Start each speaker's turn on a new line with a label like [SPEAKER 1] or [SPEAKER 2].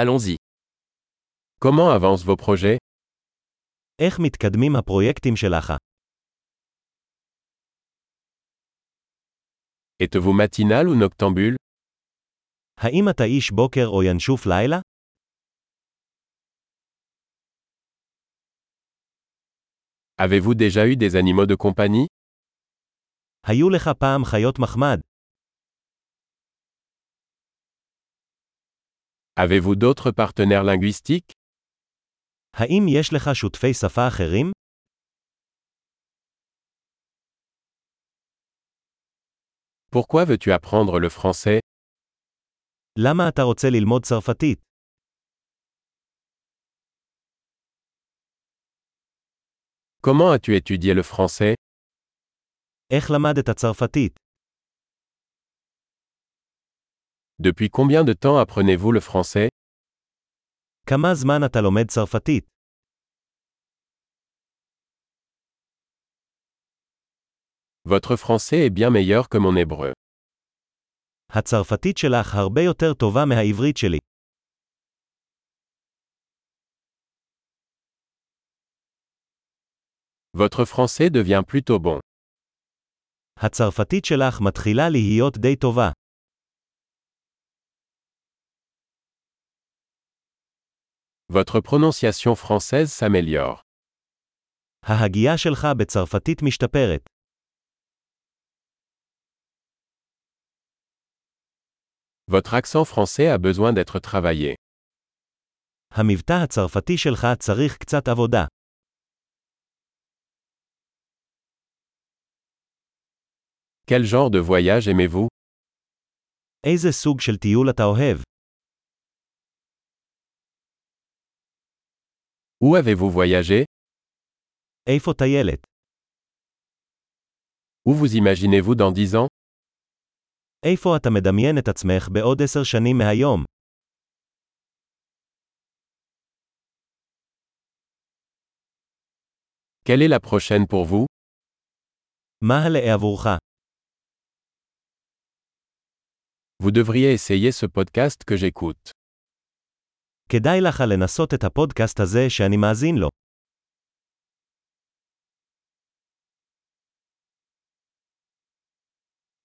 [SPEAKER 1] Allons-y. Comment avancent vos projets
[SPEAKER 2] איך מתקדמים הפרויקטים שלך?
[SPEAKER 1] Êtes-vous matinal ou noctambule
[SPEAKER 2] האם אתה איש בוקר או ינשוף לילה?
[SPEAKER 1] Avez-vous déjà eu des animaux de compagnie
[SPEAKER 2] היו לך פעם חיות מחמד?
[SPEAKER 1] Avez-vous d'autres partenaires linguistiques
[SPEAKER 2] האם יש לך שותפי שפה אחרים?
[SPEAKER 1] Pourquoi veux-tu apprendre le français
[SPEAKER 2] למה אתה רוצה ללמוד צרפתית?
[SPEAKER 1] Comment as-tu étudié le français
[SPEAKER 2] איך למדת צרפתית?
[SPEAKER 1] Depuis combien de temps apprenez-vous le français
[SPEAKER 2] כמה זמן אתה לומד צרפתית?
[SPEAKER 1] Votre français est bien meilleur que mon hébreu.
[SPEAKER 2] הצרפתית שלך הרבה יותר טובה מהעברית שלי.
[SPEAKER 1] Votre français devient plutôt bon.
[SPEAKER 2] הצרפתית שלך מתחילה להיות די טובה.
[SPEAKER 1] Votre prononciation française s'améliore.
[SPEAKER 2] ההגייה שלך בצרפתית משתפרת.
[SPEAKER 1] Votre accent français a besoin d'être travaillé.
[SPEAKER 2] המבטא הצרפתי שלך צריך קצת עבודה.
[SPEAKER 1] Quel genre de voyage aimez-vous
[SPEAKER 2] איזה סוג של טיול אתה אוהב?
[SPEAKER 1] Où avez-vous voyagé
[SPEAKER 2] איפה טיילת?
[SPEAKER 1] Où vous imaginez-vous dans 10 ans
[SPEAKER 2] איפה אתה מדמיין את עצמך בעוד עשר שנים מהיום?
[SPEAKER 1] Quelle est la prochaine pour vous
[SPEAKER 2] מה הלאה עבורך?
[SPEAKER 1] Vous devriez essayer ce podcast que j'écoute.
[SPEAKER 2] כדאי לך לנסות את הפודקאסט הזה שאני מאזין לו.